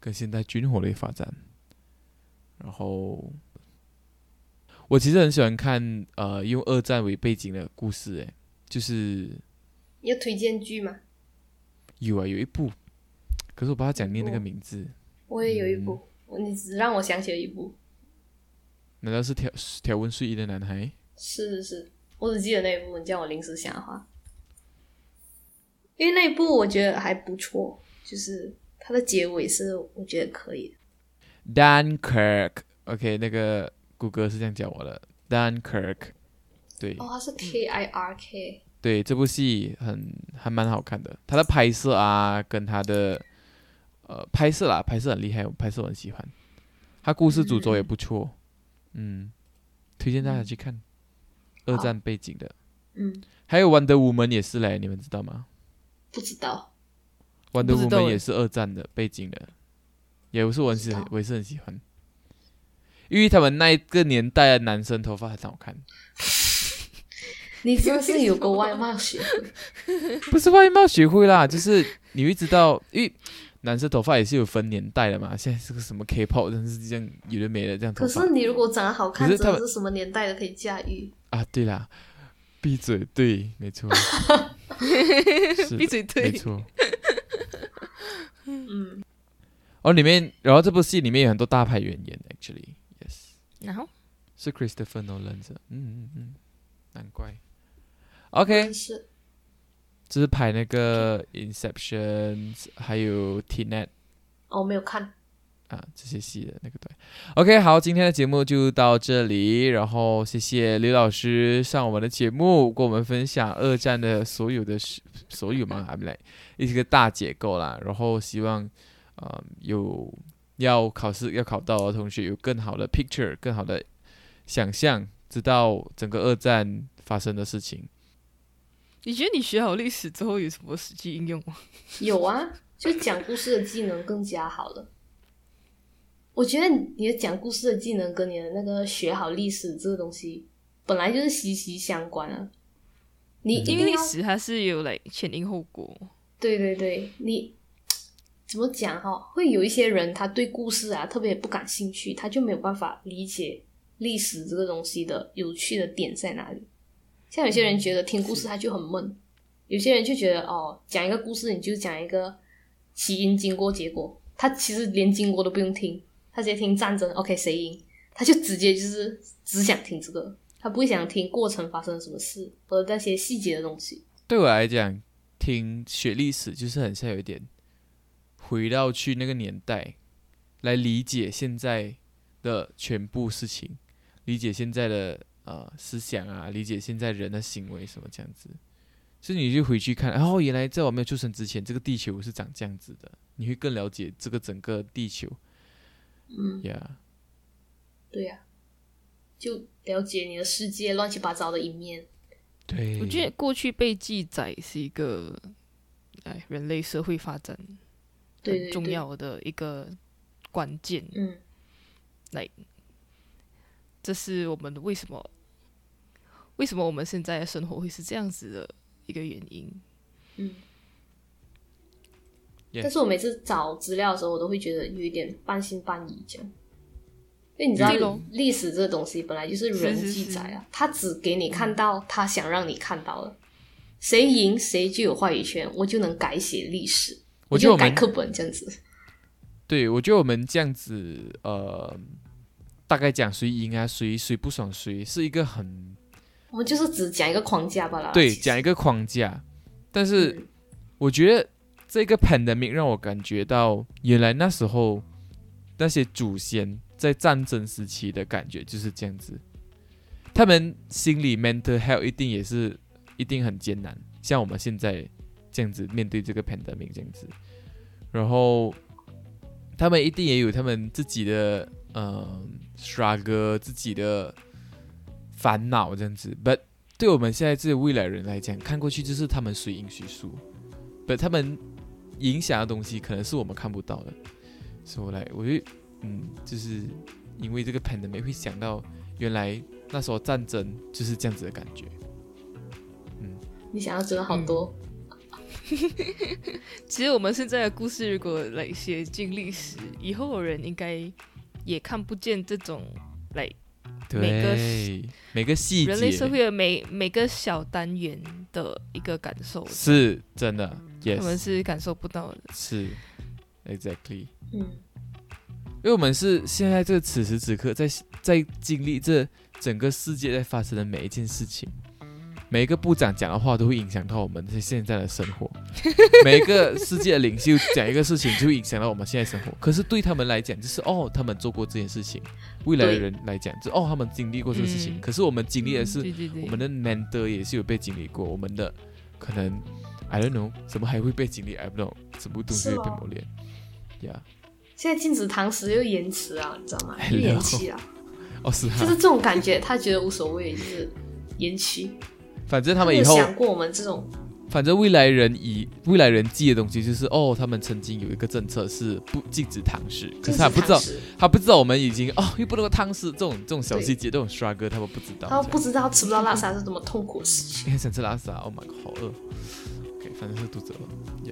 [SPEAKER 4] 跟现代军火的发展。然后，我其实很喜欢看呃用二战为背景的故事，诶，就是
[SPEAKER 2] 要推荐剧吗？
[SPEAKER 4] 有啊有一部，可是我不知道讲念那个
[SPEAKER 2] 哦
[SPEAKER 4] 名字，
[SPEAKER 2] 我也有一部，你只让我想起了一部，
[SPEAKER 4] 难道是条条纹睡衣的男孩？
[SPEAKER 2] 是是是，我只记得那一部，你叫我临时想的话，因为那一部我觉得还不错，就是它的结尾是我觉得可以的。
[SPEAKER 4] Dunkirk。OK，那个谷歌是这样讲我的。Dunkirk，对、
[SPEAKER 2] 哦，它是 K I R K，
[SPEAKER 4] 对，这部戏很还蛮好看的，它的拍摄啊，跟它的呃拍摄啦，拍摄很厉害，拍摄我很喜欢。它故事主轴也不错，嗯推荐大家去看。二
[SPEAKER 2] 好
[SPEAKER 4] 战背景的，
[SPEAKER 2] 嗯，
[SPEAKER 4] 还有《Wonder Woman》也是嘞，你们知道吗？
[SPEAKER 2] 不知道，
[SPEAKER 4] 《Wonder
[SPEAKER 1] 不知道
[SPEAKER 4] Woman》
[SPEAKER 1] 诶
[SPEAKER 4] 也是二战的背景的，也是我很喜
[SPEAKER 2] 欸不知道
[SPEAKER 4] 我也是很喜欢，因为他们那一个年代的男生头发很好看。
[SPEAKER 2] 你真的是有个外貌协会，
[SPEAKER 4] 不是外貌协会啦，就是你会知道，因为男生头发也是有分年代的嘛。现在这个什么 K-pop 真是这样有的没的这样头
[SPEAKER 2] 可
[SPEAKER 4] 发
[SPEAKER 2] 是你如果长得好看，
[SPEAKER 4] 可
[SPEAKER 2] 真
[SPEAKER 4] 是他们
[SPEAKER 2] 的是什么年代的可以驾驭？
[SPEAKER 4] 啊。对啦，闭嘴，对，没 错，是
[SPEAKER 1] 闭嘴
[SPEAKER 4] 没
[SPEAKER 1] 对，
[SPEAKER 4] 错。
[SPEAKER 2] 嗯，
[SPEAKER 4] 哦，里面，然后这部戏里面有很多大牌演员，actually，yes，
[SPEAKER 1] 然后
[SPEAKER 4] 是 Christopher Nolan 的，嗯嗯嗯，难怪。OK，
[SPEAKER 2] 是
[SPEAKER 4] 这是拍那个 Inception，还有 Tenet，
[SPEAKER 2] 哦，我没有看，
[SPEAKER 4] 啊，这些戏的那个对。OK，好，今天的节目就到这里，然后谢谢刘老师上我们的节目，跟我们分享二战的所有的事，所有嘛，还不来一个大解构啦。然后希望，呃，有要考试要考到的同学有更好的 picture，更好的想象，知道整个二战发生的事情。
[SPEAKER 1] 你觉得你学好历史之后有什么实际应用吗？
[SPEAKER 2] 有啊，就讲故事的技能更加好了。我觉得你的讲故事的技能跟你的那个学好历史这个东西，本来就是息息相关啊。你一
[SPEAKER 4] 啊
[SPEAKER 1] 因
[SPEAKER 2] 定
[SPEAKER 1] 为历
[SPEAKER 2] 要
[SPEAKER 1] 史它是有来前因后果，
[SPEAKER 2] 对对对，你怎么讲哈、会有一些人他对故事啊特别不感兴趣，他就没有办法理解历史这个东西的有趣的点在哪里。像有些人觉得听故事他就很闷，有些人就觉得哦，讲一个故事你就讲一个起因、经过、结果，他其实连经过都不用听，他直接听战争，OK 谁赢，他就直接就是只想听这个，他不会想听过程发生了什么事和那些细节的东西。
[SPEAKER 4] 对我来讲，听学历史就是很像有一点回到去那个年代，来理解现在的全部事情，理解现在的呃思想啊，理解现在人的行为什么这样子。所以你就回去看，然、后原来在我没有出生之前，这个地球是长这样子的，你会更了解这个整个地球。
[SPEAKER 2] 嗯，
[SPEAKER 4] Yeah，
[SPEAKER 2] 对呀、就了解你的世界乱七八糟的一面。
[SPEAKER 4] 对，
[SPEAKER 1] 我觉得过去被记载是一个，哎，人类社会发展
[SPEAKER 2] 对
[SPEAKER 1] 很
[SPEAKER 2] 对
[SPEAKER 1] 重
[SPEAKER 2] 对，
[SPEAKER 1] 要的一个关键。
[SPEAKER 2] 嗯，
[SPEAKER 1] 这是我们为什么为什么我们现在的生活会是这样子的一个原因。
[SPEAKER 4] Yeah
[SPEAKER 2] 但是我每次找资料的时候，我都会觉得有一点半信半疑这样。因为你知
[SPEAKER 1] 对
[SPEAKER 2] 道
[SPEAKER 1] 咯，
[SPEAKER 2] 历史这个东西本来就是人
[SPEAKER 1] 是是
[SPEAKER 2] 记载
[SPEAKER 1] 是
[SPEAKER 2] 啊，他只给你看到他想让你看到的，谁赢谁就有话语权，我就能改写历史，
[SPEAKER 4] 我觉
[SPEAKER 2] 就
[SPEAKER 4] 得我
[SPEAKER 2] 改
[SPEAKER 4] 们
[SPEAKER 2] 课本这样子。
[SPEAKER 4] 对，我觉得我们这样子，呃，大概讲谁赢啊，谁谁不爽谁，是一个很
[SPEAKER 2] 我们就是只讲一个框架罢了。
[SPEAKER 4] 对
[SPEAKER 2] 啊其实
[SPEAKER 4] 讲一个框架。但是
[SPEAKER 2] 嗯
[SPEAKER 4] 我觉得这个 pandemic 让我感觉到，原来那时候那些祖先在战争时期的感觉就是这样子，他们心理 mental health 一定也是一定很艰难，像我们现在这样子面对这个 pandemic 这样子，然后他们一定也有他们自己的呃 struggle 自己的烦恼这样子，but 对我们现在这未来人来讲，看过去就是他们谁赢谁输，but 他们影响的东西可能是我们看不到的，所以我来我就嗯，就是因为这个 pandemic 会想到原来那时候战争就是这样子的感觉。
[SPEAKER 2] 你想要真的好多，
[SPEAKER 1] 其实我们现在的故事，如果来写进历史，以后的人应该也看不见这种来每个
[SPEAKER 4] 对，每个细节，
[SPEAKER 1] 人类社会的每每个小单元的一个感受，
[SPEAKER 4] 是真的
[SPEAKER 1] 他们
[SPEAKER 4] ，yes，
[SPEAKER 1] 是感受不到的。
[SPEAKER 4] 是，exactly。
[SPEAKER 2] 嗯，
[SPEAKER 4] 因为我们是现在这此时此刻在在经历这整个世界在发生的每一件事情，每一个部长讲的话都会影响到我们这现在的生 活，每一个世界的领袖讲一个事情就会影响到我们现在生活。可是对他们来讲，就是哦，他们做过这件事情；未来的
[SPEAKER 2] 对
[SPEAKER 4] 人来讲，就哦，他们经历过这个事情。
[SPEAKER 1] 嗯
[SPEAKER 4] 可是我们经历的是
[SPEAKER 1] 对对对，
[SPEAKER 4] 我们的 mentor 也是有被经历过，我们的可能 I don't know 什么还会被经历，I don't know 什么东西
[SPEAKER 2] 是
[SPEAKER 4] 会
[SPEAKER 2] 吗
[SPEAKER 1] 哦
[SPEAKER 4] 被磨练呀。
[SPEAKER 2] 现在禁止堂食又延迟啊，你知道吗？
[SPEAKER 4] 哎
[SPEAKER 2] 又
[SPEAKER 4] 呦
[SPEAKER 2] 延期啊，
[SPEAKER 4] Yeah，哦是
[SPEAKER 2] 就
[SPEAKER 4] 啊
[SPEAKER 2] 是，这种感觉，他觉得无所谓，就是延期。
[SPEAKER 4] 反正他
[SPEAKER 2] 他
[SPEAKER 4] 们以后，
[SPEAKER 2] 想过我们这种
[SPEAKER 4] 反正未来人以未来人记的东西就是哦，他们曾经有一个政策是不禁止堂食，可是他不知道，他不知道我们已经哦，又不能够堂食这种这种小细节，这种刷哥他们不知道。
[SPEAKER 2] 然后
[SPEAKER 4] 这
[SPEAKER 2] 不
[SPEAKER 4] 样
[SPEAKER 2] 知道吃不到拉萨是多么痛苦的事情。
[SPEAKER 4] 今天想吃拉萨，Oh my god，好饿。OK，反正是肚子饿。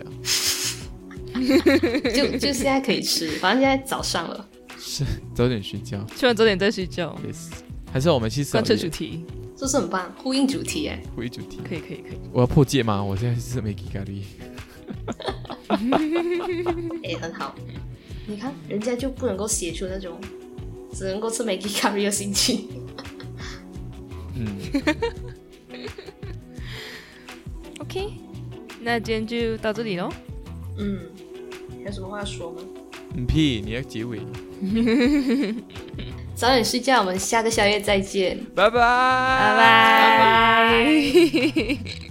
[SPEAKER 4] Yeah，
[SPEAKER 2] 就就现在可以吃， 反正现在早上了。
[SPEAKER 4] 是早点睡觉。
[SPEAKER 1] 吃完早点再睡觉，
[SPEAKER 4] Yes，还是我们去宵
[SPEAKER 1] 贯彻主
[SPEAKER 4] 夜
[SPEAKER 1] 题，
[SPEAKER 2] 这是很棒，呼应主题哎，
[SPEAKER 4] 回主题。
[SPEAKER 1] 可以可以可以。
[SPEAKER 4] 我要破戒吗？我现在是吃 Maggi 咖喱。
[SPEAKER 2] 哎、很好。你看人家就不能够写出那种只能够吃 Maggie Curry 的心情。
[SPEAKER 4] 嗯，
[SPEAKER 1] OK，那今天就到这里喽。
[SPEAKER 2] 嗯，还有什么话说吗？
[SPEAKER 4] 嗯屁，你要结尾，
[SPEAKER 2] 早点睡觉，我们下个宵夜再见，
[SPEAKER 4] 拜拜，拜
[SPEAKER 1] 拜拜。